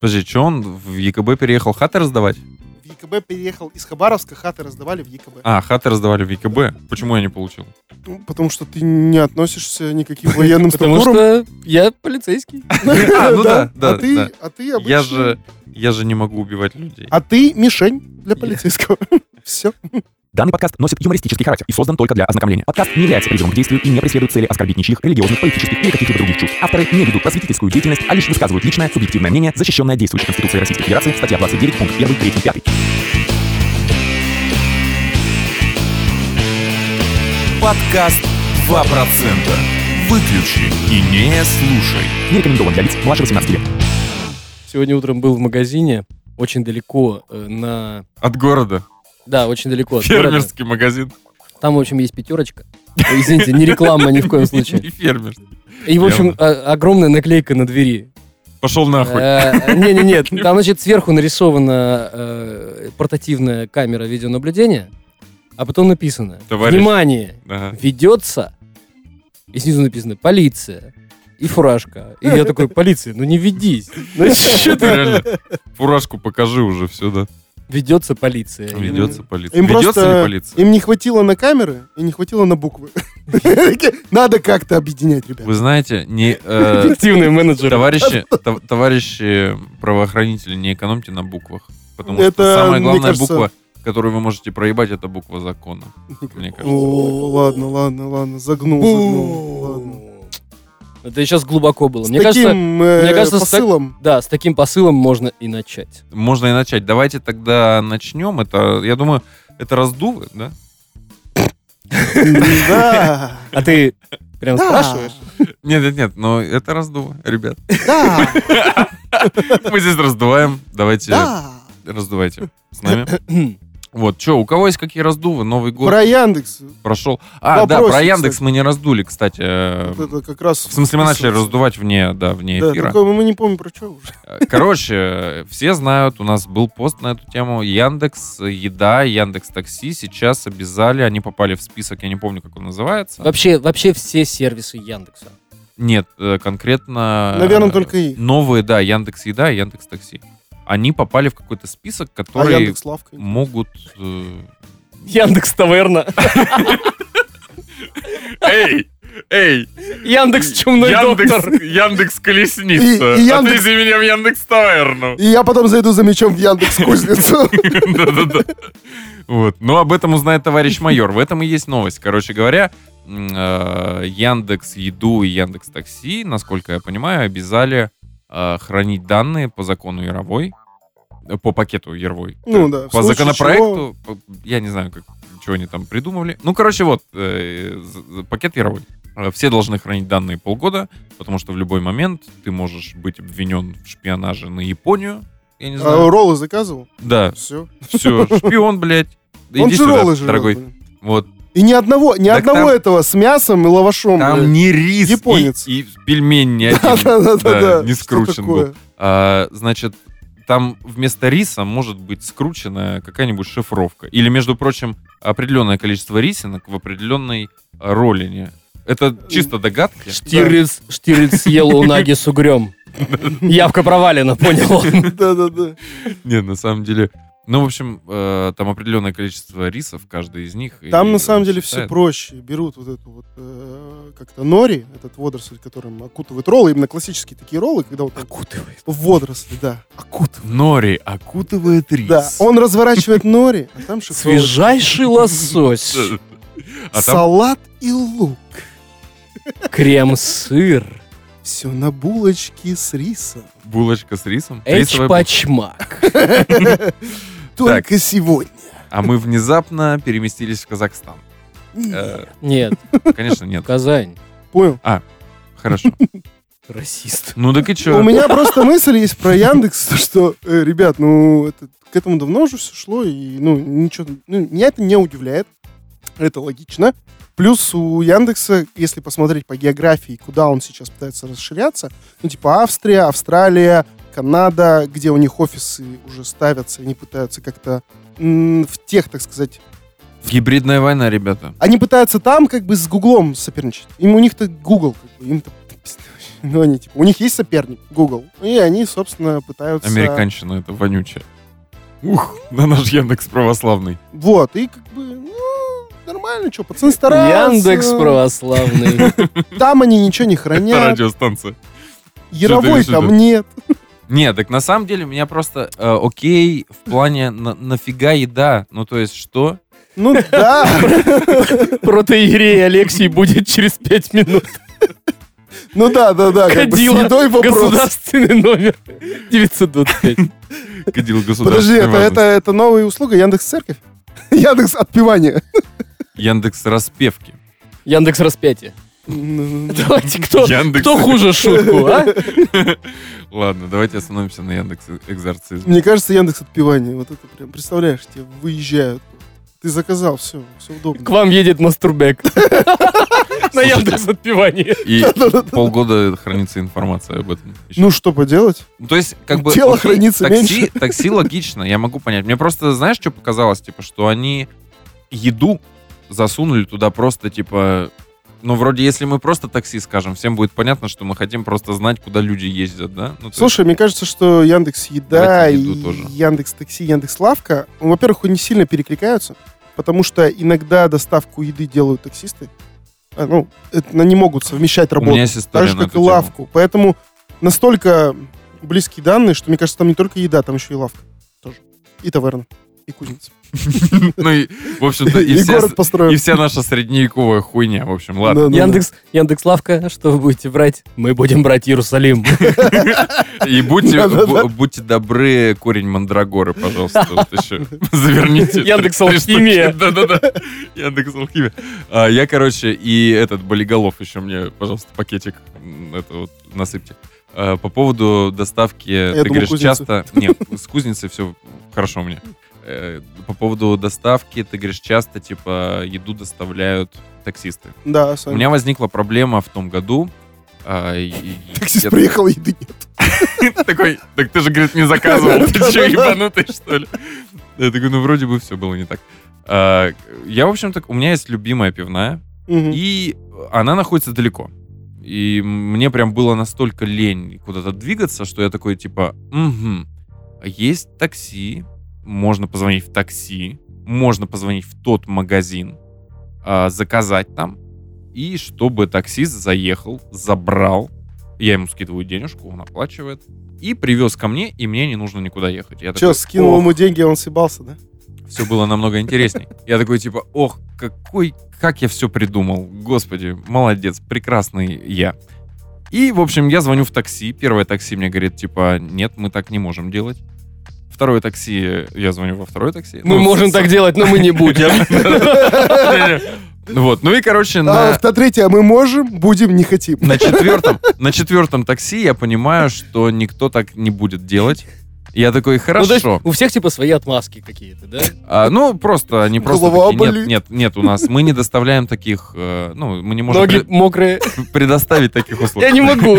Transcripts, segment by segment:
Подожди, что он в ЕКБ переехал хаты раздавать? В ЕКБ переехал из Хабаровска, хаты раздавали в ЕКБ. А, хаты раздавали в ЕКБ. Почему я не получил? Ну, потому что ты не относишься никаким военным Потому структурам. что я полицейский. А, ну да, да, А ты, да. а ты обычный- Я же, я же не могу убивать людей. А ты мишень для полицейского. Все. Данный подкаст носит юмористический характер и создан только для ознакомления. Подкаст не является призывом к действию и не преследует цели оскорбить ничьих религиозных, политических или каких-либо других чувств. Авторы не ведут просветительскую деятельность, а лишь высказывают личное, субъективное мнение, защищенное действующей Конституцией Российской Федерации, статья 29, пункт 1, 3, 5. Подкаст 2%. Выключи и не слушай. Не рекомендован для лиц младше 18 лет. Сегодня утром был в магазине очень далеко э, на... От города. Да, очень далеко от города. Фермерский магазин. Там, в общем, есть пятерочка. Э, Извините, не реклама ни в коем случае. Не фермерский. И, в общем, о- огромная наклейка на двери. Пошел нахуй. Э, Не-не-не, там, значит, сверху нарисована э, портативная камера видеонаблюдения, а потом написано Товарищ. «Внимание! Ага. Ведется...» И снизу написано «Полиция» и фуражка. И я такой, полиция, ну не ведись. Ну что Ты ты? реально фуражку покажи уже, все, да. Ведется полиция. Ведется полиция. Им Ведется просто- ли полиция? Им не хватило на камеры и не хватило на буквы. Такие, Надо как-то объединять, ребят. Вы знаете, не, э, Эффективный менеджер. товарищи, тов- товарищи правоохранители, не экономьте на буквах. Потому что Это, самая мне главная кажется- буква, которую вы можете проебать, это буква закона. Мне кажется. О, ладно, ладно, ладно, загнул, загнул. ладно. Ну, Это сейчас глубоко было. С Мне кажется, таким э, мне кажется, с так- посылом. да, с таким посылом можно и начать. Можно и начать. Давайте тогда начнем. Это, я думаю, это раздувы, да? Да, А ты прям спрашиваешь? Нет, нет, нет, но это раздувы, ребят. да, Мы здесь раздуваем. Давайте, да. раздувайте с нами. Вот, что, у кого есть какие раздувы? Новый год Про Яндекс. прошел. А, да, Вопросы, про Яндекс кстати. мы не раздули, кстати. э, Вот это как раз... В смысле, мы начали вписывается. раздувать вне, да, вне Да, эфира. Э, такое мы не помним про что уже. Короче, все знают, у нас был пост на эту тему. Яндекс Еда, Яндекс Такси сейчас обязали, они попали в список, я не помню, как он называется. Вообще, вообще все сервисы Яндекса. Нет, э, конкретно... Наверное, э, только и. Новые, да, Яндекс Еда и Яндекс Такси. Они попали в какой-то список, А который Яндекс Лавка. могут... э, Яндекс Таверна. Эй! Эй! Яндекс Чумной Доктор. Яндекс Колесница! И- и Яндекс- меня в Яндекс Таверну! И я потом зайду за мячом в Яндекс Кузницу. Да-да-да. Вот. Но об этом узнает товарищ майор. В этом и есть новость. Короче говоря, м, э, Яндекс Еду и Яндекс Такси, насколько я понимаю, обязали э, хранить данные по закону Яровой, э, по пакету Яровой. Э, Ну да, в По случае законопроекту, по- я не знаю, как, чего они там придумывали. Ну, короче, вот, э, з- з- пакет Яровой. Э, Все должны хранить данные полгода, потому что в любой момент ты можешь быть обвинен в шпионаже на Японию. Я не А, знаю. Роллы заказывал? Да, Все. все, шпион, блядь. Да Он иди же сюда, роллы жрет, дорогой. блин. Вот. И ни одного, ни Так одного там- этого с мясом и лавашом. Там блин. не рис Японец. И, и пельмень не один. Да, Да-да-да-да. не Что скручен такое? А, значит, там вместо риса может быть скручена какая-нибудь шифровка. Или, между прочим, определенное количество рисинок в определенной а, ролине. Это чисто догадки. Штирлиц, Штирлиц съел унаги с угрем. Явка провалена, понял. он. Да-да-да. Не, на самом деле... Ну, в общем, э, там определенное количество рисов, каждый из них. Там и на самом деле все считает. проще. Берут вот эту вот э, как-то нори, этот водоросль, которым окутывают роллы, именно классические такие роллы, когда вот окутывает. Водоросли, да, окутывает. Нори окутывает рис. Да, он разворачивает нори, а там шифровка. Свежайший лосось, А там Салат и лук. крем-сыр, Все на булочке с рисом. булочка с рисом. рисовая эчпачмак. Только сегодня. А мы внезапно переместились в Казахстан. Э, Нет, Конечно, нет. Казань. Понял. Хорошо. Расист. Ну так и У чё? меня просто мысль есть про Яндекс, то что, э, ребят, ну, это- к этому давно уже все шло, и, ну, ничего, ну, меня это не удивляет, это логично. Плюс у Яндекса, если посмотреть по географии, куда он сейчас пытается расширяться, ну, типа Австрия, Австралия, Канада, где у них офисы уже ставятся, и они пытаются как-то м, в тех, так сказать, Гибридная война, ребята. они пытаются там как бы с Гуглом соперничать. Им у них-то Google, как бы, им-то Ну, они, типа, у них есть соперник, Google. И они, собственно, пытаются... Американщина это вонючая. Ух, на наш Яндекс православный. Вот, и как бы, ну, нормально, что, пацаны стараются. Яндекс православный. Там они ничего не Это хранят. радиостанция. Яровой Что ты там имеешь нет. Не, так на самом деле у меня просто э, окей в плане на- нафига еда. Ну то есть что? Ну да, Протоиерей Алексей будет через пять минут. ну да, да, да. Как бы с Ходила едой вопрос. Государственный номер 925. Кадил Подожди, государственной это, это, важности. это новая услуга Яндекс Церковь? Яндекс отпевание. Яндекс распевки. Яндекс распятие. ну. Давайте, кто, Яндекс. кто хуже шутку, а? Ладно, давайте остановимся на Яндекс экзорцизм. Мне кажется, Яндекс отпевание. Вот это прям, представляешь, тебе выезжают. Ты заказал, все, все К удобно. вам едет мастурбек. На Яндекс отпевании. И полгода хранится информация об этом. ещё. Ну что поделать? Ну, То есть, как бы... Тело окей, хранится такси, меньше. Такси логично, я могу понять. Мне просто, знаешь, что показалось? Типа, что они еду засунули туда просто, типа... Ну, вроде, если мы просто такси скажем, всем будет понятно, что мы хотим просто знать, куда люди ездят, да? Ну, то Слушай, мне кажется, что Яндекс Еда Давайте и еду тоже. Яндекс Такси, Яндекс Лавка, ну, во-первых, они сильно перекликаются, потому что иногда доставку еды делают таксисты. А, Ну, это они могут совмещать есть, работу. у меня есть история так же, на как и эту тему. лавку. Поэтому настолько близкие данные, что, мне кажется, там не только еда, там еще и лавка тоже. И таверна, и кузница. Ну, и, в общем-то, и И вся- город и построен. вся наша средневековая хуйня, в общем, ладно. Ну Да, да, да. Яндекс, Яндекс Лавка, что вы будете брать? Мы будем брать Иерусалим. И будьте, Да-да-да. бу- будьте добры, корень мандрагоры, пожалуйста, вот еще заверните. Яндекс Три штуки. Алхимия. Да-да-да, Яндекс Алхимия. А, Я, короче, и этот болиголов еще мне, пожалуйста, пакетик м, это вот насыпьте. А, По поводу доставки, ты думал, говоришь, кузница. часто... Нет, с кузницей все хорошо у меня. Э, По поводу доставки, ты говоришь, часто, типа, еду доставляют таксисты. Да, У Саня. меня возникла проблема в том году. а, и- и- Таксист я- приехал, еды нет. такой, так ты же, говорит, не заказывал. Ты что, ебанутый, что ли? Я такой, ну, вроде бы все было не так. А, Я, в общем-то, у меня есть любимая пивная, Мгм. и она находится далеко. И мне прям было настолько лень куда-то двигаться, что я такой, типа, «Мгм. а есть такси, можно позвонить в такси, можно позвонить в тот магазин, а, заказать там, и чтобы таксист заехал, забрал, я ему скидываю денежку, он оплачивает, и привез ко мне, и мне не нужно никуда ехать. Я Че, такой, скинул «Ох, ему деньги, он съебался, да? все было намного интересней. Я такой, типа, ох, какой, как я все придумал. Господи, молодец, прекрасный я. И, в общем, я звоню в такси. Первое такси мне говорит, типа, нет, мы так не можем делать. Второе такси, я звоню во второе такси. Мы Ну, можем с- так делать, но мы не будем. Вот, ну и, короче, А на... на третье, а мы можем, будем, не хотим. На четвертом, на четвертом такси я понимаю, что никто так не будет делать. Я такой, Ну, то есть хорошо. у всех типа свои отмазки какие-то, да? А, ну, просто они просто Голова такие, нет, болит. нет, нет, у нас, мы не доставляем таких, э, ну, мы не можем Ноги пред- мокрые. предоставить таких услуг. Я не могу.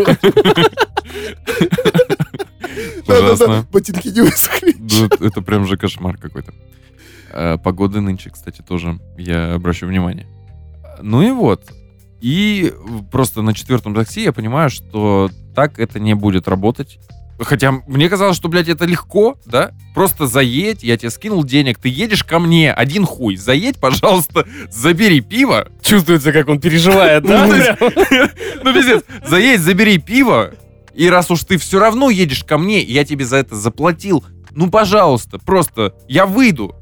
Ужасно. ботинки не высохли. Ну, Это прям же кошмар какой-то. Э, Погода нынче, кстати, тоже я обращу внимание. Ну и вот. И просто на четвертом такси я понимаю, что так это не будет работать. Хотя мне казалось, что, блядь, это легко, да? Просто заедь, я тебе скинул денег, ты едешь ко мне, один хуй. Заедь, пожалуйста, забери пиво, Чувствуется, как он переживает, да? Ну, то есть- Ну, пиздец, заедь, забери пиво, и раз уж ты все равно едешь ко мне, и я тебе за это заплатил, ну, пожалуйста, просто я выйду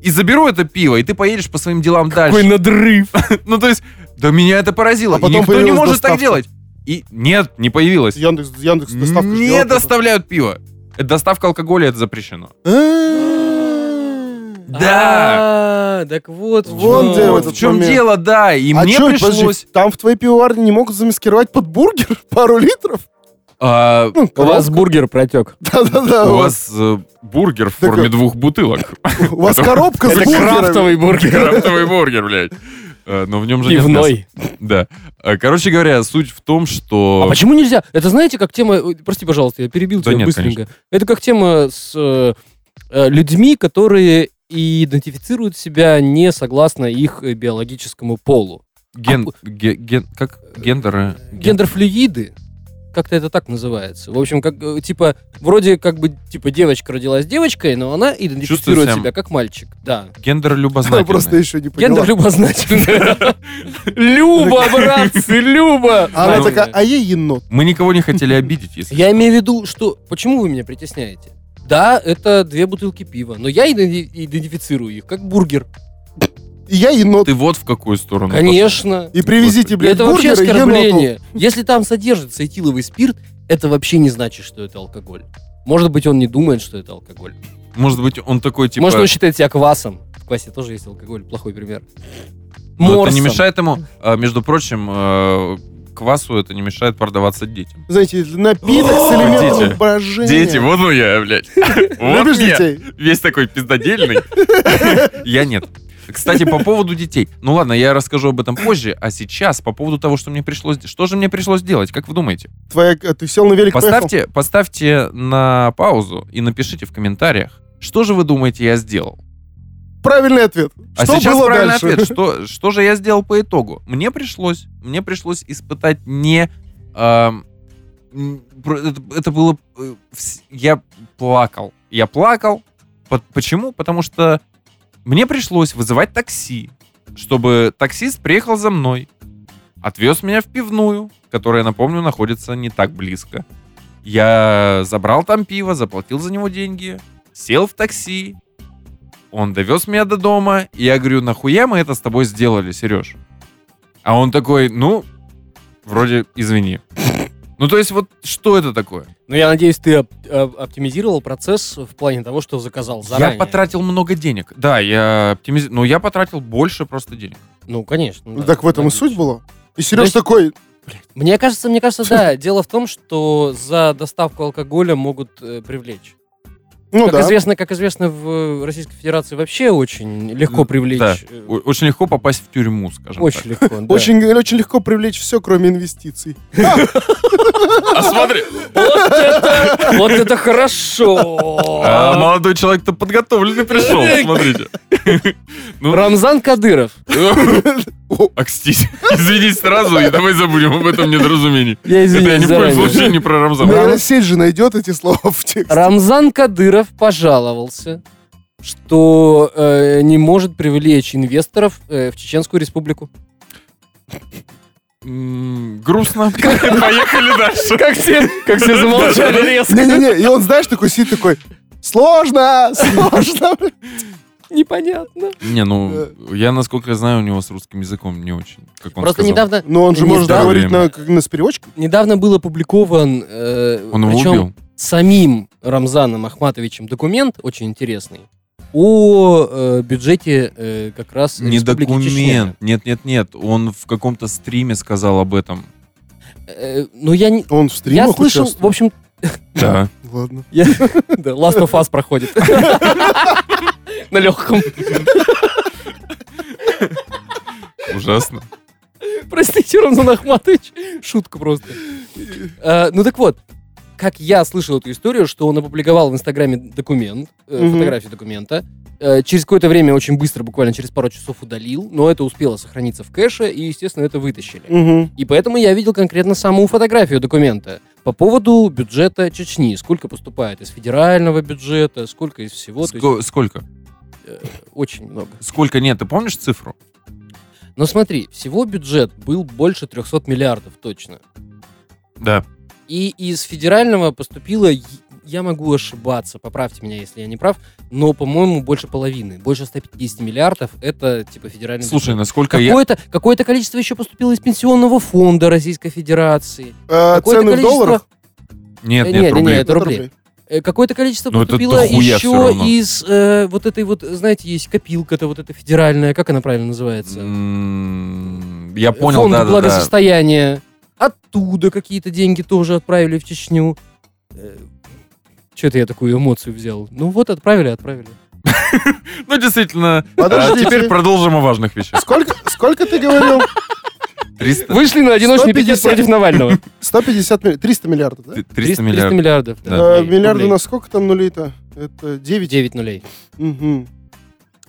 и заберу это пиво, и ты поедешь по своим делам Какой дальше. надрыв. Ну, то есть, да меня это поразило. А и потом никто не появилась может так доставка. делать. И нет, не появилось. Яндекс, Яндекс, доставка ж Не делает это. доставляют пиво. Это доставка алкоголя, это запрещено. А. А-а-а. Да! А, Так вот, Вон что. где вот Вот в этот чем момент. дело, да. И А мне чё, подожди, пришлось... там в твоей пивоварне не могут замаскировать под бургер пару литров? а, Ну, У вас коробка. бургер протек. Да-да-да. У вас э, бургер в Так, форме э, двух бутылок. у вас коробка с Это бургером. крафтовый бургер. Крафтовый бургер, блядь. Э, Но в нем же нет мяса. Пивной. Да. Э, Короче говоря, суть в том, А что... почему нельзя? Это знаете, как тема... Ой, Прости, пожалуйста, я перебил Да тебя нет, быстренько. Это как тема с э, э, людьми, которые идентифицируют себя не согласно их э, биологическому полу. Ген, ге- ген- как гендеры? ген- Гендерфлюиды, как-то это так называется. В общем, как э, типа вроде как бы типа девочка родилась девочкой, но она идентифицирует себя- себя как мальчик. Да. Гендер Она просто любознательный. еще не поняла. Гендер любознательный. Люба, братцы, Люба! А Она Нормально. такая, а я енот. Мы никого не хотели обидеть, если Я имею в виду, что... Почему вы меня притесняете? Да, это две бутылки пива, но я иде- идентифицирую их как бургер. И я енот. ты вот в какую сторону. Конечно. И привезите, блядь, Ну, это вообще бургеры еноту. оскорбление. Если там содержится этиловый спирт, это вообще не значит, что это алкоголь. Может быть, он не думает, что это алкоголь. пошла. Может быть, он такой, типа... Может, он считает себя квасом. В квасе тоже есть алкоголь, плохой пример. Но ну, это не Морсом. мешает ему, а, между прочим, э, квасу это не мешает продаваться детям. Знаете, напиток с элементом Дети. брожения. Дети, вот ну я, блядь. Вот Любишь я. детей? Весь такой пиздодельный. Я нет. Кстати, по поводу детей. Ну ладно, я расскажу об этом позже. А сейчас по поводу того, что мне пришлось... Что же мне пришлось делать? Как вы думаете? Твоя, а, ты сел на велик, поехал? Поставьте, поставьте на паузу и напишите в комментариях, что же вы думаете я сделал? Правильный ответ. А Что сейчас было правильный дальше? ответ. Что, что же я сделал по итогу? Мне пришлось, мне пришлось испытать не... эм, м, про- это, это было... э, вс- Я плакал. Я плакал. По- Почему? Потому что мне пришлось вызывать такси, чтобы таксист приехал за мной, отвез меня в пивную, которая, напомню, находится не так близко. Я забрал там пиво, заплатил за него деньги, сел в такси, он довез меня до дома, и я говорю, нахуя мы это с тобой сделали, Сереж? А он такой, ну, вроде, извини. Ну, то есть, вот что это такое? Ну, я надеюсь, ты оп- оп- оптимизировал процесс в плане того, что заказал заранее. Я потратил много денег. Да, я оптимизирую, но я потратил больше просто денег. Ну, конечно. Ну, да. Так в этом и Логично. суть была. И Сереж есть- такой, Мне кажется, мне кажется, да. Дело в том, что за доставку алкоголя могут э, привлечь. ну как да. известно, как известно, в э, Российской Федерации вообще очень легко привлечь. Да. э, О- Очень легко попасть в тюрьму, скажем Очень так. легко. да. Очень, очень легко привлечь все, кроме инвестиций. А смотри, Вот это, вот это хорошо. а, молодой человек-то подготовленный пришел, смотрите. Ну, Рамзан Кадыров. окстись. Извините сразу, и давай забудем об этом недоразумении. Я Это я извиняюсь ни в коем заранее. Ну, случае не про Рамзана. Нейросеть же найдет эти слова в тексте. Рамзан Кадыров пожаловался, что э, не может привлечь инвесторов э, в Чеченскую республику. М, Грустно. Поехали дальше. Как все, как все замолчали резко. Не-не-не, и он, знаешь, такой сидит такой, сложно, сложно. Непонятно. Не, ну, Э, я, насколько я знаю, у него с русским языком не очень, как он Просто сказал. недавно, Но Ну, он же Не может знаю. говорить на, как на с переводчиком. недавно был опубликован, э, Он его причем убил. самим Рамзаном Ахматовичем документ, очень интересный, о э, бюджете э, как раз Не Республики документ. Чечня. Нет, нет, нет. Он в каком-то стриме сказал об этом. Э, ну, я, не- Он в стримах я слышал, в участвует. общем, Да. Ладно. Я... Да, Last of Us проходит. На легком. Ужасно. Простите, Рамзан Ахматович. Шутка просто. Э, Ну так вот, как я слышал эту историю, что он опубликовал в Инстаграме документ, э, Мгм. фотографию документа, э, через какое-то время очень быстро, буквально через пару часов удалил, но это успело сохраниться в кэше, и, естественно, это вытащили. Мгм. И поэтому я видел конкретно саму фотографию документа по поводу бюджета Чечни. Сколько поступает из федерального бюджета, сколько из всего. то есть, Ско- Сколько? очень много. Сколько нет? Ты помнишь цифру? Но смотри, всего бюджет был больше 300 миллиардов точно. Да. И из федерального поступило, е- я могу ошибаться, поправьте меня, если я не прав, но, по-моему, больше половины. Больше 150 миллиардов это типа федеральный Слушай, бюджет. насколько я... Какое-то, какое-то количество еще поступило из Пенсионного фонда Российской Федерации. А, Какое-то Цены в количество- долларах? Нет, Не, не, нет, рублей. не, это рублей. Э, Какое-то количество Ну, это поступило дохуя всё еще равно. из э, вот этой вот, знаете, есть копилка-то вот эта федеральная, как она правильно называется? М, Э, Я понял, фонд да, да, да. благосостояния. Оттуда какие-то деньги тоже отправили в Чечню. Че это я такую эмоцию взял? Ну вот, отправили, отправили. Ну, действительно. А Подождите. теперь продолжим о важных вещах. Сколько, сколько ты говорил? 300 Вышли на одиночный пикет 150. против Навального. 150 миллиардов, 300 миллиардов, да? 300 миллиардов. миллиардов. Да. Э, А, Миллиарды на сколько там нулей-то? Это 9. 9 нулей. Мгм.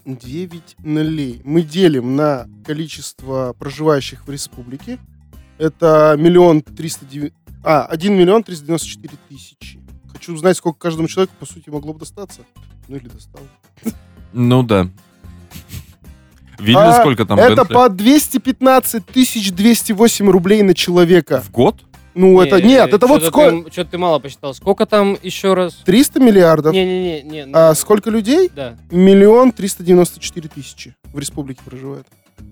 9 нолей. Мы делим на количество проживающих в республике. Это миллион триста девя- А, 1 миллион 394 тысячи. Хочу узнать, сколько каждому человеку, по сути, могло бы достаться. Ну или достало. Ну да. Видели, А, сколько там это Бентли? по 215 тысяч 208 рублей на человека. в год? Ну это... Э, Нет, это вот сколько... Что ты мало посчитал. Сколько там еще раз? 300 миллиардов. Не-не-не. не, ну, А сколько людей? Да. Миллион триста девяносто четыре тысячи в республике проживает.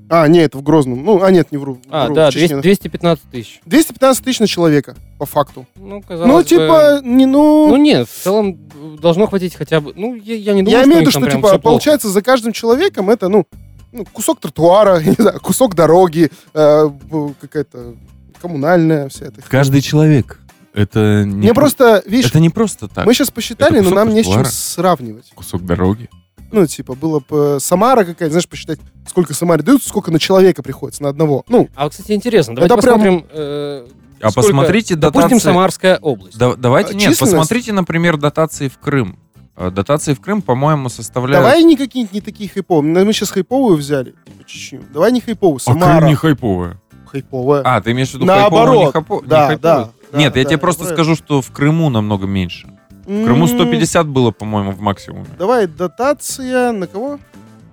А, нет, это в Грозном. Ну, а нет, не вру. А, вру, да, в Чечне. 200 215 тысяч. 215 тысяч на человека, по факту. Ну, казалось Ну, бы, типа, не, Ну, ну... нет, в целом должно хватить хотя бы... Ну, я, я не думаю, я имею что в у виду, них что, там прям типа, всё плохо. получается, за каждым человеком это, ну, ну, кусок тротуара, не знаю, кусок дороги, э, б- какая-то коммунальная вся эта... хрень. Каждый человек. Это не, ну, Мне просто, видишь, это не просто так. мы сейчас посчитали, Это но кусок нам не с чем тротуара. сравнивать. Кусок дороги. Ну, типа, было бы Самара какая-то, знаешь, посчитать, сколько Самаре дают, сколько на человека приходится, на одного. Ну, А, вот, кстати, интересно. Давайте Это прям- посмотрим... э, А сколько- посмотрите Допустим, дотации- Самарская область. Да- давайте, А, нет, численность? посмотрите, например, дотации в Крым. А, Дотации в Крым, по-моему, составляют... Давай не какие-нибудь не такие хайповые. Ну, Мы сейчас хайповую взяли. типа, Чечню. Давай не хайповую. А Самара Крым не хайповая. хайповая. А, ты имеешь в виду хайповую, не Наоборот. хайпо- не Да, хайповую? да, да, Нет, я да, тебе просто правильно. скажу, что в Крыму намного меньше. В М, Крыму 150 было, по-моему, в максимуме. М-м. Давай дотация на кого?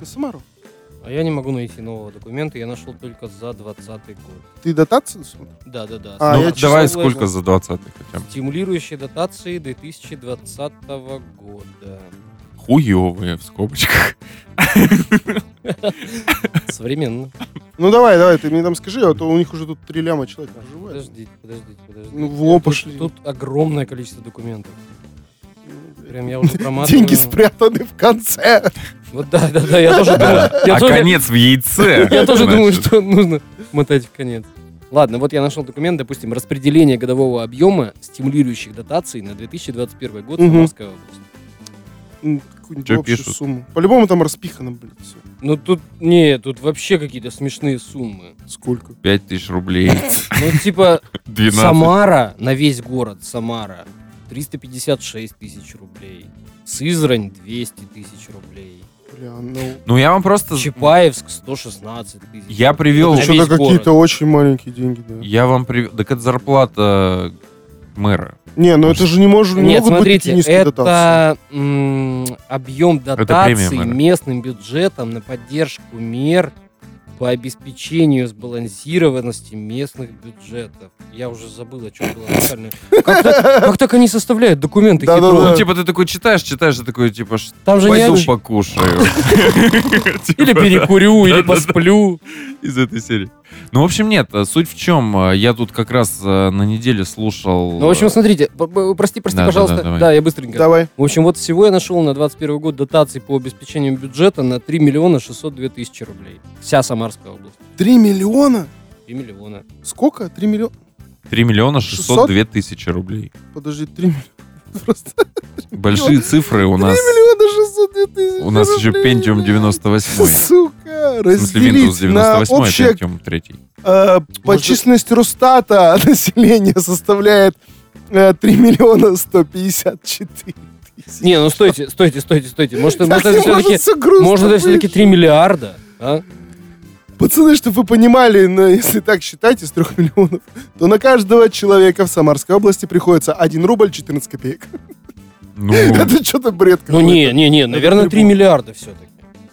На Самару. А я не могу найти нового документа, я нашел только за 2020 год. Ты дотацию смотри. Да-да-да. А, Ну, я читал давай в этом. сколько за 20 хотя бы? Стимулирующие дотации 2020 года. Хуёвые, в скобочках. Современно. Ну давай, давай, ты мне там скажи, а то у них уже тут три ляма человек проживает. Подождите, подождите, подождите. Ну, во, Тут- пошли. Тут огромное количество документов. Прям я уже проматываю. Деньги спрятаны в конце. Вот да, да, да, я тоже думал. Да. я А тоже- конец в яйце. Я тоже значит. думаю, что нужно мотать в конец. Ладно, вот я нашел документ, допустим, распределение годового объема стимулирующих дотаций на 2021 год Мгм. Самарская область. М, Ну, какую-нибудь Чё общую пишут? сумму. По-любому там распихано, блин, все. Ну тут, не, тут вообще какие-то смешные суммы. Сколько? 5 тысяч рублей. Ну типа 12. Самара на весь город Самара 356 тысяч рублей. Сызрань 200 тысяч рублей. Бля, ну... Ну, я вам просто... Чапаевск 116 тысяч. Я привел... На весь Что-то город. какие-то очень маленькие деньги, да. Я вам привел... Так это зарплата э, мэра. Не, ну это же не может... не Нет, могут быть смотрите, низкие дотации. это м, объем премия, дотаций наверное. местным бюджетом на поддержку мер по обеспечению сбалансированности местных бюджетов. Я уже забыл, о чем было начально. Как, так- как так они составляют документы Да-да-да. хитро? Ну, типа, ты такой читаешь, читаешь, и такой, типа, «Ш- Там же не пойду один- покушаю. Или перекурю, или Да-да-да. посплю. из этой серии. Ну, в общем, нет. э, Суть в чем? э, Я тут как раз э, на неделе слушал... Ну, в общем, э, смотрите, б- б- прости, прости, Да-да-да, пожалуйста. давай. Да, я быстренько. Давай. В общем, вот всего я нашел на 21 год дотации по обеспечению бюджета на 3 миллиона 602 тысячи рублей. Вся Самарская область. Три миллиона? 3 миллиона. Сколько? 3 миллиона? 3 миллиона 602 тысячи рублей. Подожди, 3 миллиона. Просто 3 Большие цифры у нас... миллиона 602 тысячи У нас еще рублей. Pentium 98. Сука, В смысле, Windows разделить на 98, общее Pentium 3. э, по Может- численности Росстата население составляет э, 3 миллиона 154 тысячи. Не, ну стойте, стойте, стойте, стойте. Может, Как может это может все-таки... всё грустно Может, это быть? все-таки 3 миллиарда, а? Пацаны, чтобы вы понимали, но если так считать, из 3 миллионов, то на каждого человека в Самарской области приходится 1 рубль 14 копеек. Ну, Это что-то бред Ну, какой-то. не, не, не, наверное, 3 любой. миллиарда все-таки.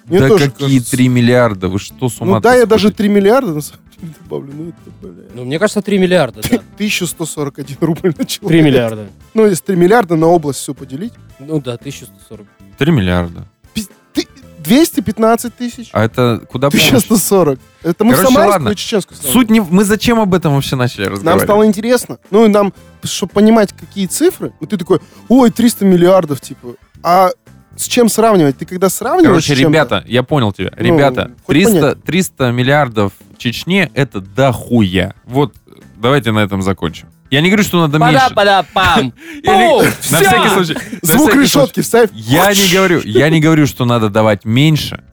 Мне да тоже какие кажется. 3 миллиарда? Вы что, с ума Ну да, я даже сходите? 3 миллиарда на самом деле добавлю. Ну это, бля. Ну, мне кажется, 3 миллиарда, да. 1141 рубль на человека. 3 миллиарда. Ну, если 3 миллиарда на область все поделить. Ну да, 1140. 3 миллиарда. Пи- ты- 215 тысяч. А это куда помощь? 1140. Это мы Короче, в Самарскую ладно. и Чеченскую страну. Суть не... в- Мы зачем об этом вообще начали Ну. Нам разговаривать? стало интересно. Ну и нам, чтобы понимать, какие цифры, вот ты такой, ой, 300 миллиардов, типа. А с чем сравнивать? Ты когда сравниваешь Короче, с чем-то- ребята, я понял тебя. Ну, Ребята, хоть 300, понятно. 300 миллиардов Чечне — это дохуя. Вот, давайте на этом закончим. Я не говорю, что надо меньше. Пада-пада-пам! Я не- Пу! На Всё! всякий случай. на Звук всякий решетки вставь. случай. Я не говорю, я не говорю, что надо давать меньше.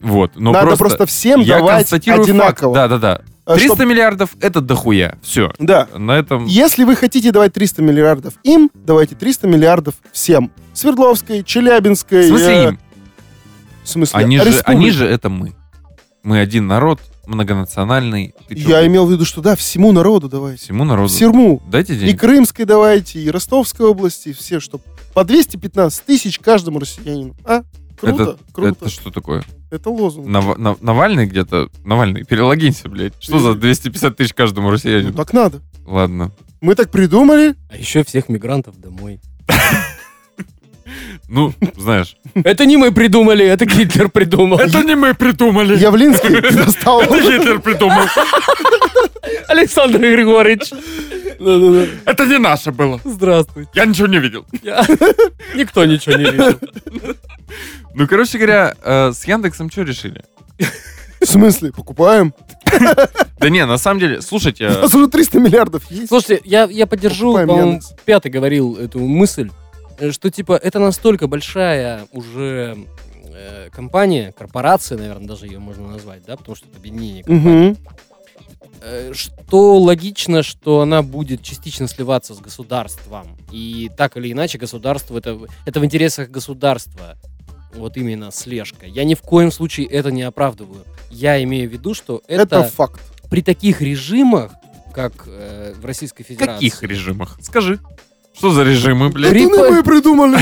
Вот, но Надо просто, всем ну я давать констатирую факт. одинаково. Да, да, да. А, 300 чтоб- миллиардов — это дохуя. Все. да. На этом... Если вы хотите давать 300 миллиардов им, давайте 300 миллиардов всем. Свердловской, Челябинской. В смысле э, им? В смысле? А Они же, арестовывали. они же это мы. Мы один народ, многонациональный. Ты чё, Я имел в виду, что да, всему народу давайте. всему народу. Серму. Дайте И денег. Крымской давайте, и Ростовской области, и все, что по 215 тысяч каждому россиянину. А? Круто, это, круто. это что такое? Это лозунг. Нав- Нав- Навальный где-то? Навальный, перелогинься, блядь. Что за 250 тысяч каждому Ну, россиянину? так надо. Ладно. Мы так придумали. А еще всех мигрантов домой. Ну, знаешь. Это не мы придумали, это Гитлер придумал. не мы придумали. Явлинский достал. Гитлер придумал. Александр Григорьевич. Да-да-да. Это не наше было. Здравствуйте. Я ничего не видел. Я- Никто ничего не видел. Ну, короче говоря, э, с Яндексом что решили? В смысле? Покупаем. Да не, на самом деле, слушайте, У э, нас уже 300 миллиардов есть. Слушайте, я, я поддержу, Покупаем по-моему, Яндекс. пятый говорил эту мысль, э, что типа это настолько большая уже э, компания, корпорация, наверное, даже ее можно назвать, да, потому что это объединение компаний, Мгм. э, что логично, что она будет частично сливаться с государством. И так или иначе государство, это, в- это в интересах государства. Вот именно слежка. Я ни в коем случае это не оправдываю. Я имею в виду, что это, Это факт. при таких режимах, как э, в Российской в Федерации. каких режимах? Скажи. Что за режимы, Это блядь? При- не Прикольно. мы придумали.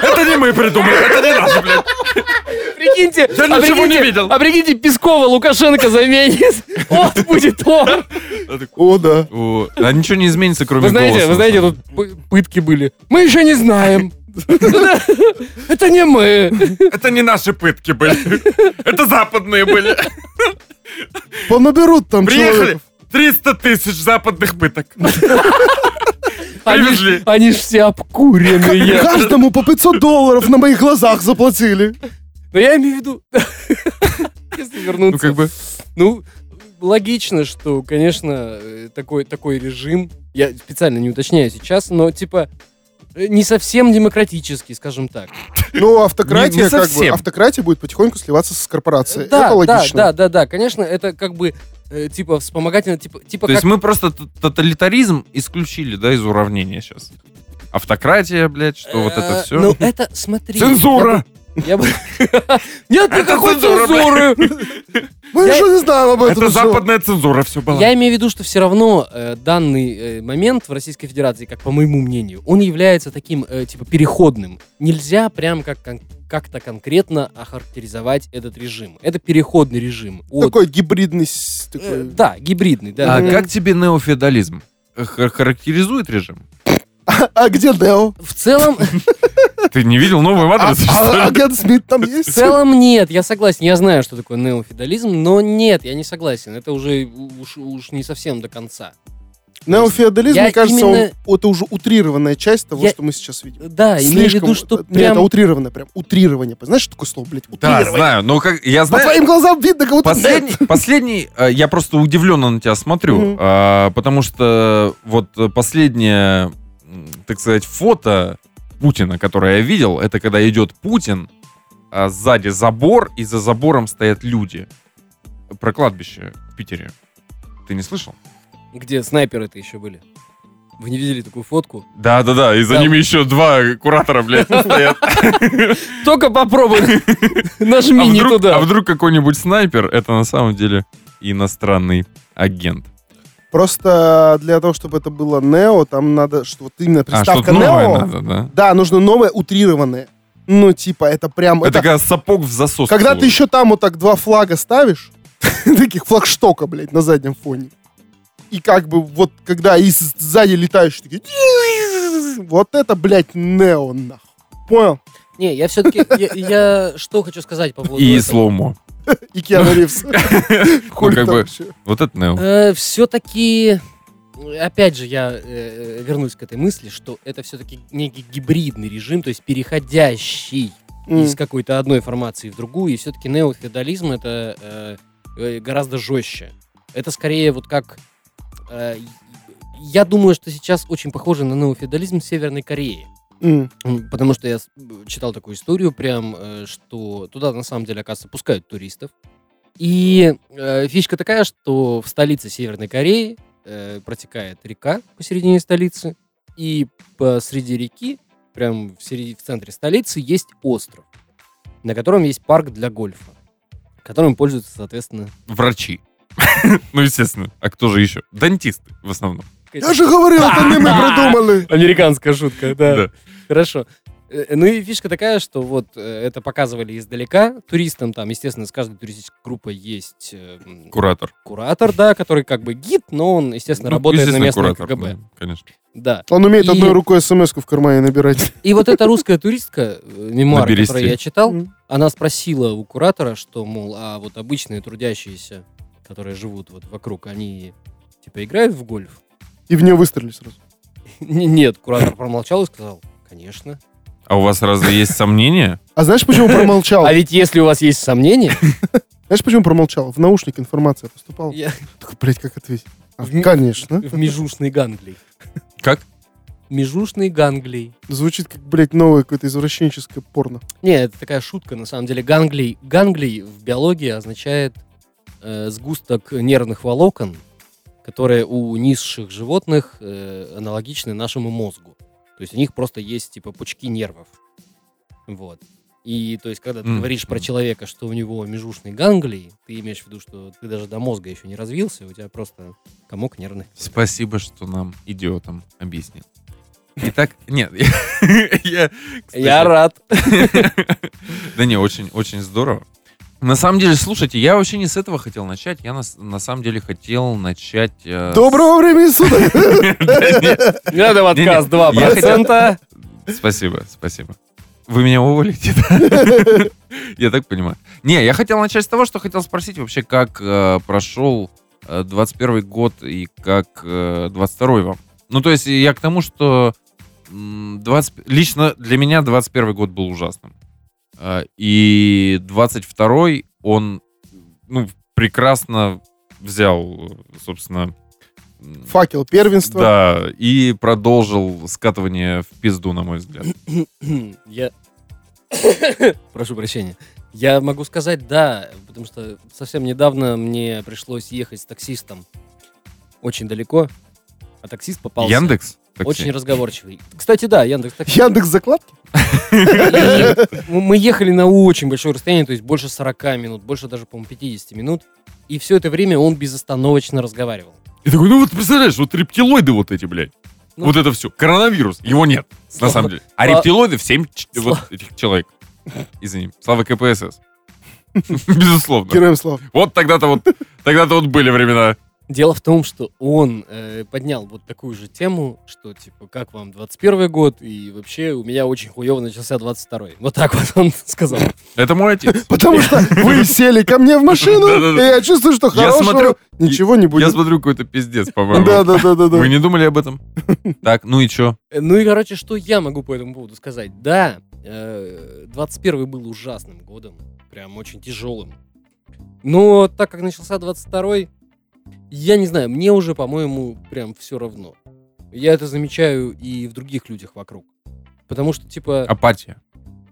Это не мы придумали, это не наше, блядь. Прикиньте, Я а ничего не прикиньте- видел. А прикиньте, Пескова Лукашенко заменит. Вот будет он. О, да. О, А ничего не изменится, кроме Вы голоса, знаете, вы на знаете, самом тут пы- пытки были. Мы еще не знаем. Это не мы. деле. Это не наши пытки были. Это западные были. Понаберут там Приехали. человеков. 300 тысяч западных пыток. Ну, Они, Привезли. ж- они ж все обкуренные. Каждому по 500 долларов на моих глазах заплатили. Но я имею в виду, если вернуться. Ну, как бы, Ну, логично, что, конечно, э, такой, такой режим, я специально не уточняю сейчас, но, типа, э, не совсем демократический, скажем так. Ну, автократия, Не- не как бы, совсем. автократия будет потихоньку сливаться с корпорацией. Э, да, это да, логично. да, да, да, конечно, это как бы, э, типа, вспомогательно, типа, типа то есть как- мы просто т- тоталитаризм исключили, да, из уравнения сейчас. Автократия, блядь, что вот это Э, все. Ну, это, смотри... я бы- я бы- Нет никакой цензура, цензуры! Мы Я- еще не знаем об этом. Это всё. западная цензура все была. Я имею в виду, что все равно э, данный э, момент в Российской Федерации, как по моему мнению, он является таким, э, типа, переходным. Нельзя прям как, кон- как-то конкретно охарактеризовать этот режим. Это переходный режим. от- Такой гибридный... с- э, такой- да, гибридный, да. Э, А Мгм. как тебе неофеодализм? Х- Характеризует режим? А где Део? В целом, Ты не видел новую А матрицу? что ли? а агент Смит там в есть? целом нет, я согласен. Я знаю, что такое неофеодализм, но нет, я не согласен. Это уже уж, уж не совсем до конца. Неофеодализм, Я мне кажется, он- именно- это уже утрированная часть того, Я- что мы сейчас видим. Да, имею в виду, что Нет, прям... это утрированное прям. Утрирование. Знаешь, что такое слово, блядь? Да, Утрирование. знаю. Но как я По знаю. твоим глазам видно, кого то Последний, последний, э, я просто удивленно на тебя смотрю, Мгм. а, потому что вот э, последнее, м, так сказать, фото Путина, которое я видел, это когда идет Путин, а сзади забор, и за забором стоят люди. Про кладбище в Питере. Ты не слышал? Где снайперы-то еще были? Вы не видели такую фотку? Да-да-да, и за Да. ними еще два куратора, блядь, стоят. Только попробуй. а Нажми не вдруг, а туда. вдруг какой-нибудь снайпер это на самом деле иностранный агент? Просто для того, чтобы это было нео, там надо, что вот именно а приставка что-то новое нео. надо, да? Да, нужно новое утрированное. Ну, типа, это прям... Это это- когда сапог в засос. Когда ты целуешь. еще там вот так два флага ставишь, таких флагштока, блядь, на заднем фоне. И как бы вот когда и с- сзади летаешь, такие... Вот это, блядь, нео, нахуй. Понял? Не, я все-таки... Я, я что хочу сказать по поводу И слоумо. И Киану Ривз. Хули Ну, как там бы- вообще? Вот это ну, Э. Нео. все-таки... Опять же, я э, вернусь к этой мысли, что это все-таки некий гибридный режим, то есть переходящий М. из какой-то одной формации в другую, и все-таки неофеодализм это э, э, гораздо жестче. Это скорее вот как... э, я думаю, что сейчас очень похоже на неофеодализм Северной Кореи. М. М, Потому что я с- э, читал такую историю прям, э, что туда на самом деле, оказывается, пускают туристов. И э, фишка такая, что в столице Северной Кореи э, протекает река посередине столицы, и посреди реки, прям в, сере- в центре столицы, есть остров. на котором есть парк для гольфа, которым пользуются, соответственно... Врачи. Ну, естественно. А кто же еще? Дантисты в основном. Я же говорил, это не мы придумали. Американская шутка, Да. Хорошо. Э, Ну и фишка такая, что вот э, это показывали издалека туристам, там, естественно, с каждой туристической группой есть э, м, Куратор. куратор, да, который как бы гид, но он, естественно, Ну, работает естественно, на местном куратор, КГБ. да, Конечно. Да. Он умеет И- одной рукой смс в кармане набирать. И вот эта русская туристка, э, мемуары, Наберись которую ты. я читал, Мгм. она спросила у куратора, что, мол, а вот обычные трудящиеся, которые живут вот вокруг, они типа играют в гольф? И в нее выстрелили сразу. Н- Нет, куратор промолчал и сказал, конечно. А у вас разве есть сомнения? А знаешь, почему промолчал? А ведь если у вас есть сомнения, Знаешь, почему промолчал? В наушник информация поступала. я- Такой, блядь, как ответить? А, В ми- Конечно. в межушной ганглии. Как? Межушный ганглий. Звучит как, блядь, новое какое-то извращенческое порно. Не, это такая шутка, на самом деле. Ганглий, ганглий в биологии означает э, сгусток нервных волокон, которые у низших животных э, аналогичны нашему мозгу. То есть у них просто есть, типа, пучки нервов. Вот. И, то есть, когда ты Мгм. говоришь про человека, что у него межушный ганглий, ты имеешь в виду, что ты даже до мозга еще не развился, у тебя просто комок нервных. Спасибо, что нам, идиотам, объяснил. Итак, нет, я- я... кстати, рад. Да не, очень, очень здорово. На самом деле, слушайте, я вообще не с этого хотел начать. Я на, с- на самом деле хотел начать... э, с- Доброго времени суток! Да нет, Надо подкаст подкаст Не-не, я 2%. хотел- Спасибо, спасибо. Вы меня уволите? да? Я так понимаю. Не, я хотел начать с того, что хотел спросить вообще, как э, прошел э, 21 год и как э, 22 вам. Ну, то есть я к тому, что м, 20 лично для меня 21 год был ужасным. Э, И 22 он ну, прекрасно взял, собственно... м, Факел первенства. да, и продолжил скатывание в пизду, на мой взгляд. Я... Прошу прощения. Я могу сказать «да», потому что совсем недавно мне пришлось ехать с таксистом очень далеко, а таксист попался. Яндекс? Такси? Очень разговорчивый. Кстати, да, Яндекс такси. Яндекс закладки? И Мы мы ехали на очень большое расстояние, то есть больше 40 минут, больше даже, по-моему, 50 минут. И все это время он безостановочно разговаривал. И такой, ну вот представляешь, вот рептилоиды вот эти, блядь. Ну. вот это все. Коронавирус. Его нет, на Слава- самом деле. А Слава- рептилоиды в 7 Слава- вот этих человек. Извини. Слава КПСС. Безусловно. Героем слава. Вот тогда-то вот, тогда-то вот были времена. Дело в том, что он э, поднял вот такую же тему, что типа, как вам 21 год, и вообще у меня очень хуево начался 22 Вот так вот он сказал. Это мой отец. Потому что вы сели ко мне в машину, и Да-да-да. я чувствую, что Я хорошего смотрю- ничего не Я будет. смотрю, какой-то пиздец, по-моему. Да-да-да-да. Вы не думали об этом? Так, ну и чё? Э, Ну и, короче, что я могу по этому поводу сказать? Да, э, 21 был ужасным годом, прям очень тяжелым. Но так как начался 22 я не знаю, мне уже, по-моему, прям все равно. Я это замечаю и в других людях вокруг. Потому что, типа... Апатия.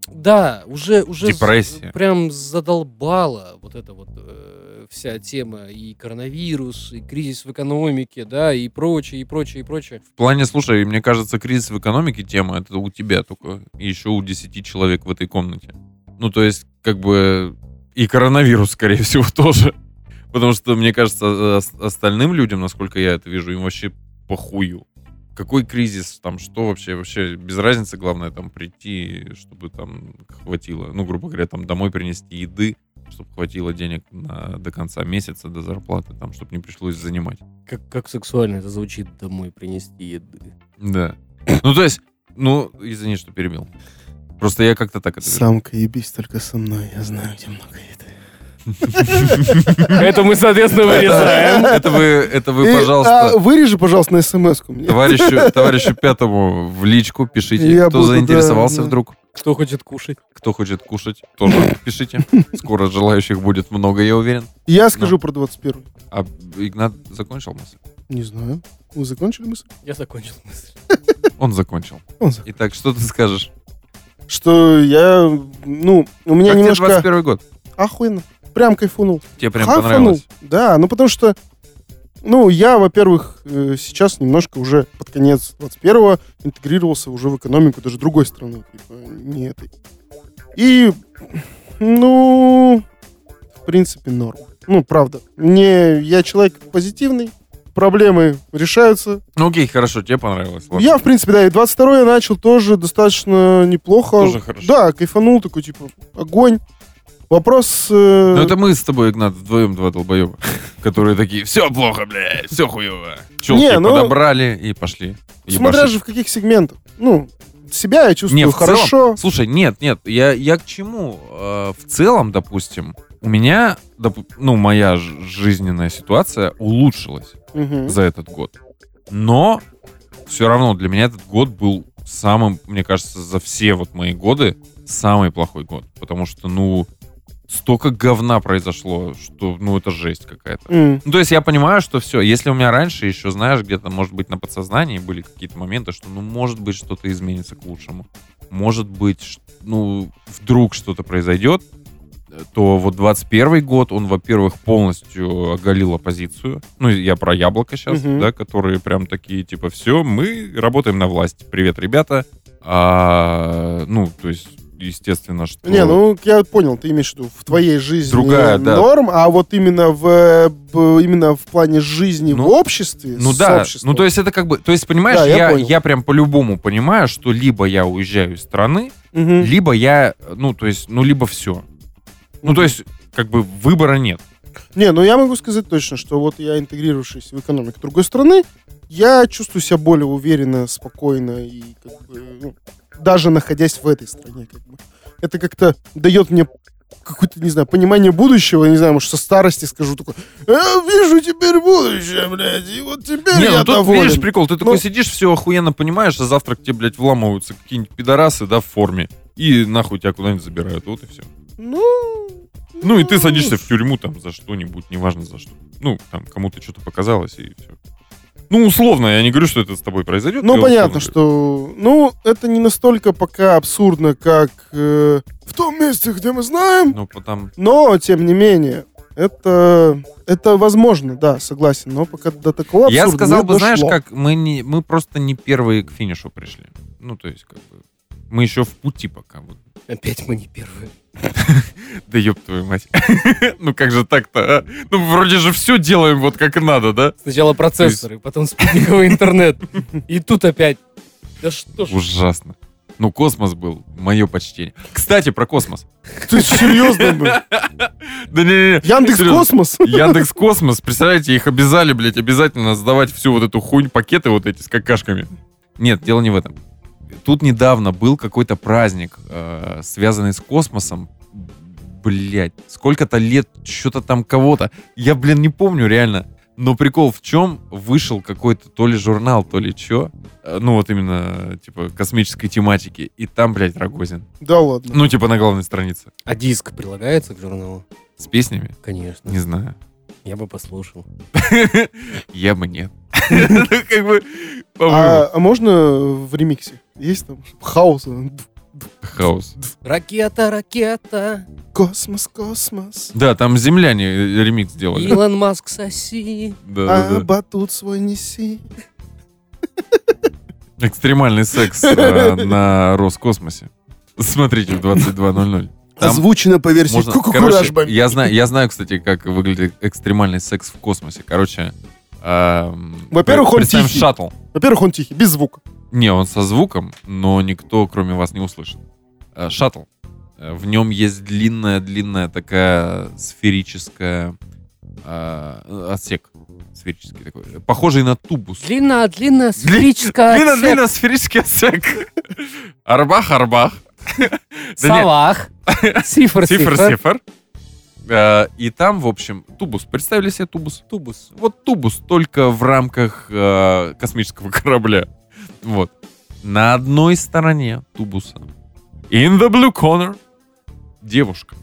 Да, уже уже з- Депрессия. прям задолбала вот эта вот э, вся тема и коронавирус, и кризис в экономике, да, и прочее, и прочее, и прочее. В плане, слушай, мне кажется, кризис в экономике тема, это у тебя только, и еще у 10 человек в этой комнате. Ну, то есть, как бы, и коронавирус, скорее всего, тоже. Потому что, мне кажется, ос- остальным людям, насколько я это вижу, им вообще похую. Какой кризис, там, что вообще, вообще, без разницы, главное, там, прийти, чтобы там хватило, ну, грубо говоря, там, домой принести еды, чтобы хватило денег на, до конца месяца, до зарплаты, там, чтобы не пришлось занимать. Как, как сексуально это звучит домой принести еды. Да. Ну, то есть, ну, извини, что перебил. Просто я как-то так это вижу. Самка, ебись только со мной, я знаю, где много еды. Это мы, соответственно, вырезаем. Это вы, это вы, И, а, пожалуйста, Вырежи, пожалуйста, на смс-ку мне. товарищу, товарищу пятому в личку пишите, Я кто буду, заинтересовался да, да. вдруг, Кто хочет кушать? кто хочет кушать, тоже пишите. Скоро желающих будет много, я уверен. Я скажу про 21 А Игнат закончил мысль? Не знаю. Вы закончили мысль? Я закончил мысль. Он закончил. Он закончил. Итак, что ты скажешь? Что я, ну, у меня как немножко... тебе 21 год? Охуенно. Прям кайфунул. Тебе прям Кайфанул. понравилось? Да, ну потому что, ну, я, во-первых, э, сейчас немножко уже под конец 21-го интегрировался уже в экономику даже другой страны, типа, не этой. И Ну, в принципе, норм. Ну, правда. Мне, я человек позитивный, проблемы решаются. Ну окей, хорошо, тебе понравилось. ладно. Я, в принципе, да, и 22 я начал тоже достаточно неплохо. Тоже хорошо. Да, кайфанул такой, типа, огонь. Вопрос... э, Ну это мы с тобой, Игнат, вдвоем два долбоеба, которые такие, все плохо, бля, все хуево. Челки Не, ну- подобрали и пошли. Смотря ебашить. же в каких сегментах. Ну, себя я чувствую Не, в целом- хорошо. слушай, нет, нет, я, я к чему? Э, в целом, допустим, у меня, доп- ну, моя ж- жизненная ситуация улучшилась Мгм. за этот год. Но все равно для меня этот год был самым, мне кажется, за все вот мои годы самый плохой год. Потому что, ну, столько говна произошло, что, ну, это жесть какая-то. М. Ну, то есть я понимаю, что все. Если у меня раньше еще, знаешь, где-то, может быть, на подсознании были какие-то моменты, что, ну, может быть, что-то изменится к лучшему. Может быть, ш- ну, вдруг что-то произойдет, э, то вот 21 год, он, во-первых, полностью оголил оппозицию. Ну, я про яблоко сейчас, Мгм. да, которые прям такие, типа, все, мы работаем на власть. Привет, ребята. А, ну, то есть, естественно, что... Не, ну я понял, ты имеешь в виду в твоей жизни Другая, да. норм, а вот именно в э, б- именно в плане жизни Ну, в обществе. Ну с да, обществом. ну то есть это как бы, то есть понимаешь, Да, я я, я, понял. прям по-любому понимаю, что либо я уезжаю из страны, Мгм. либо я, ну то есть, ну либо все. Ну то есть как бы выбора нет. Не, ну я могу сказать точно, что вот я интегрировавшись в экономику другой страны, я чувствую себя более уверенно, спокойно и как бы, ну, даже находясь в этой стране, как бы. Это как-то дает мне какое-то, не знаю, понимание будущего, не знаю, может, со старости скажу такой, «Я вижу теперь будущее, блядь, и вот теперь Не, я ну тут доволен». видишь прикол, ты такой Ну. сидишь, все охуенно понимаешь, а завтра к тебе, блядь, вламываются какие-нибудь пидорасы, да, в форме. И нахуй тебя куда-нибудь забирают, вот и все. Ну, Ну и ты садишься в тюрьму там за что-нибудь, неважно за что. Ну, там кому-то что-то показалось и все. Ну, условно, я не говорю, что это с тобой произойдет. Ну, я понятно, условно что... Ну, это не настолько пока абсурдно, как э, в том месте, где мы знаем, говорю. Ну, потом... Но, тем не менее, это, это возможно, да, согласен. Но пока до такого Я абсурда сказал не бы, знаешь, дошло. как мы не, мы просто не первые к финишу пришли. Ну, то есть, как бы, мы еще в пути пока. Вот. Опять мы не первые. Да ёб твою мать. ну, как же так-то, а? Ну, вроде же все делаем вот как надо, да? Сначала процессоры, потом спутниковый интернет. И тут опять. Да что ж. Ужасно. Ну, космос был, мое почтение. Кстати, про космос. Ты серьезно? блин? Да не-не-не. Яндекс серьезно. Космос? Яндекс Космос, представляете, их обязали, блядь, обязательно сдавать всю вот эту хуйнь, пакеты вот эти с какашками. Нет, дело не в этом. Тут недавно был какой-то праздник, э, связанный с космосом. Блять, сколько-то лет, что-то там кого-то. Я, блин, не помню реально. Но прикол в чем, вышел какой-то то ли журнал, то ли чё. Э, Ну, вот именно, типа, космической тематики. И там, блядь, Рогозин. Да ладно. Ну, типа, на главной странице. А диск прилагается к журналу? С песнями? Конечно. Не знаю. Я бы послушал. Я бы нет. Ну, как бы, по-моему, А, а можно в ремиксе? Есть там хаос? хаос. Ракета, ракета, Космос, космос. Да, там земляне э, ремикс делали. Илон Маск соси. Да, А да, да. батут свой неси. Экстремальный секс э, на Роскосмосе. Смотрите в 22.00. Там Озвучено по версии можно- Кукураж короче, я знаю, я знаю, кстати, как выглядит экстремальный секс в космосе. Короче, эм, Во-первых, он представим тихий. шаттл. Во-первых, он тихий, без звука. Не, он со звуком, но никто, кроме вас, не услышит. Э, Шаттл. Э, В нем есть длинная-длинная такая сферическая э, отсек. Сферический такой. Похожий на тубус. Длина, длина, сферическая. отсек. Длинно-длинно сферический отсек. Арбах-арбах. Да нет, Салах. Цифр, цифр. Цифр-цифр. Э, И там, в общем, тубус. Представили себе тубус? Тубус. Вот тубус, только в рамках э, космического корабля. Вот. На одной стороне тубуса, in the blue corner, девушка,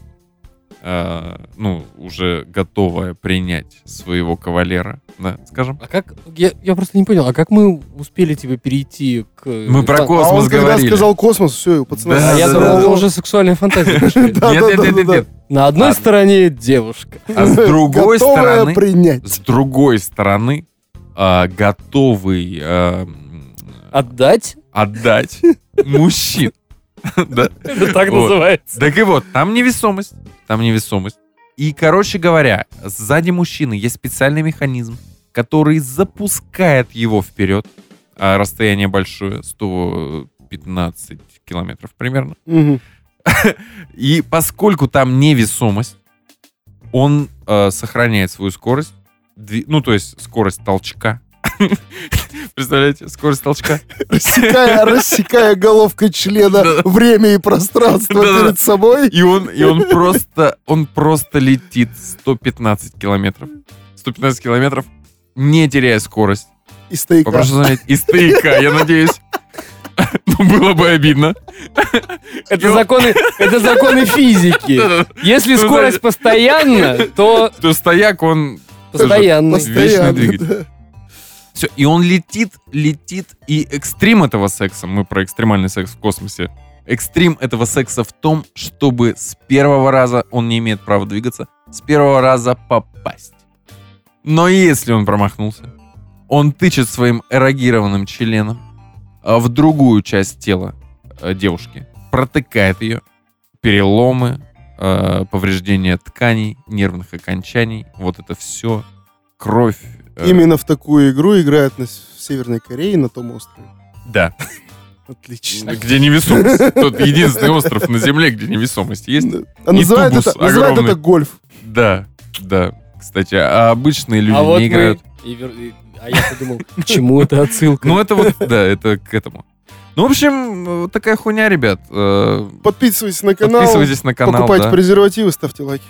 э, ну, уже готовая принять своего кавалера, да, скажем. А как... Я, я просто не понял, а как мы успели тебе перейти к... Мы про Там- космос а он когда говорили. сказал космос, все, у пацана. Да, А я да, думал, да, это да. уже сексуальная фантазия. пошли. Да, Нет, да, нет, да, нет, нет, да, нет. На одной Ладно. стороне девушка. А с другой Готовая стороны... принять. С другой стороны, а, готовый а, м, Отдать? отдать мужчин. Да. Это так Вот. называется. Так и вот, там невесомость. Там невесомость. И, короче говоря, сзади мужчины есть специальный механизм, который запускает его вперед. А расстояние большое, 115 километров примерно. Мгм. И поскольку там невесомость, он э, сохраняет свою скорость. Дви- Ну, то есть скорость толчка. Представляете? Скорость толчка. Рассекая, рассекая головкой члена время и пространство Да-да-да. перед собой. И он, и он просто, он просто летит 115 километров. 115 километров, не теряя скорость. И стояка. Попрошу заметить, из стояка, я надеюсь. Ну, было бы обидно. Это законы, это законы физики. Если Ну, да. скорость постоянно, то То стояк, он... постоянно. Слушай, вечный двигатель. да. Все, и он летит, летит. И экстрим этого секса, мы про экстремальный секс в космосе, экстрим этого секса в том, чтобы с первого раза он не имеет права двигаться, с первого раза попасть. Но если он промахнулся, он тычет своим эрогированным членом а, в другую часть тела э, девушки, протыкает ее, переломы, э, повреждения тканей, нервных окончаний, вот это все, кровь. э, Именно в такую игру играют на с- в Северной Корее на том острове. Да. Отлично. Где невесомость. Тот единственный остров на Земле, где невесомость есть. Да. А называют, тубус это, называют огромный. это гольф. Да, да. Кстати, а обычные люди А вот не мы... играют. и вер- и- А я подумал, к чему это отсылка? Ну, это вот, да, это к этому. Ну, в общем, вот такая хуйня, ребят. Э, Подписывайтесь на канал. Подписывайтесь на канал. покупайте да. презервативы, ставьте лайки.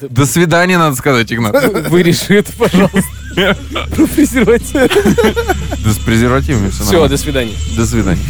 До свидания, надо сказать, Игнат. Вырежи это, пожалуйста. Про презерватив. Да с презервативами все Все, до свидания. До свидания.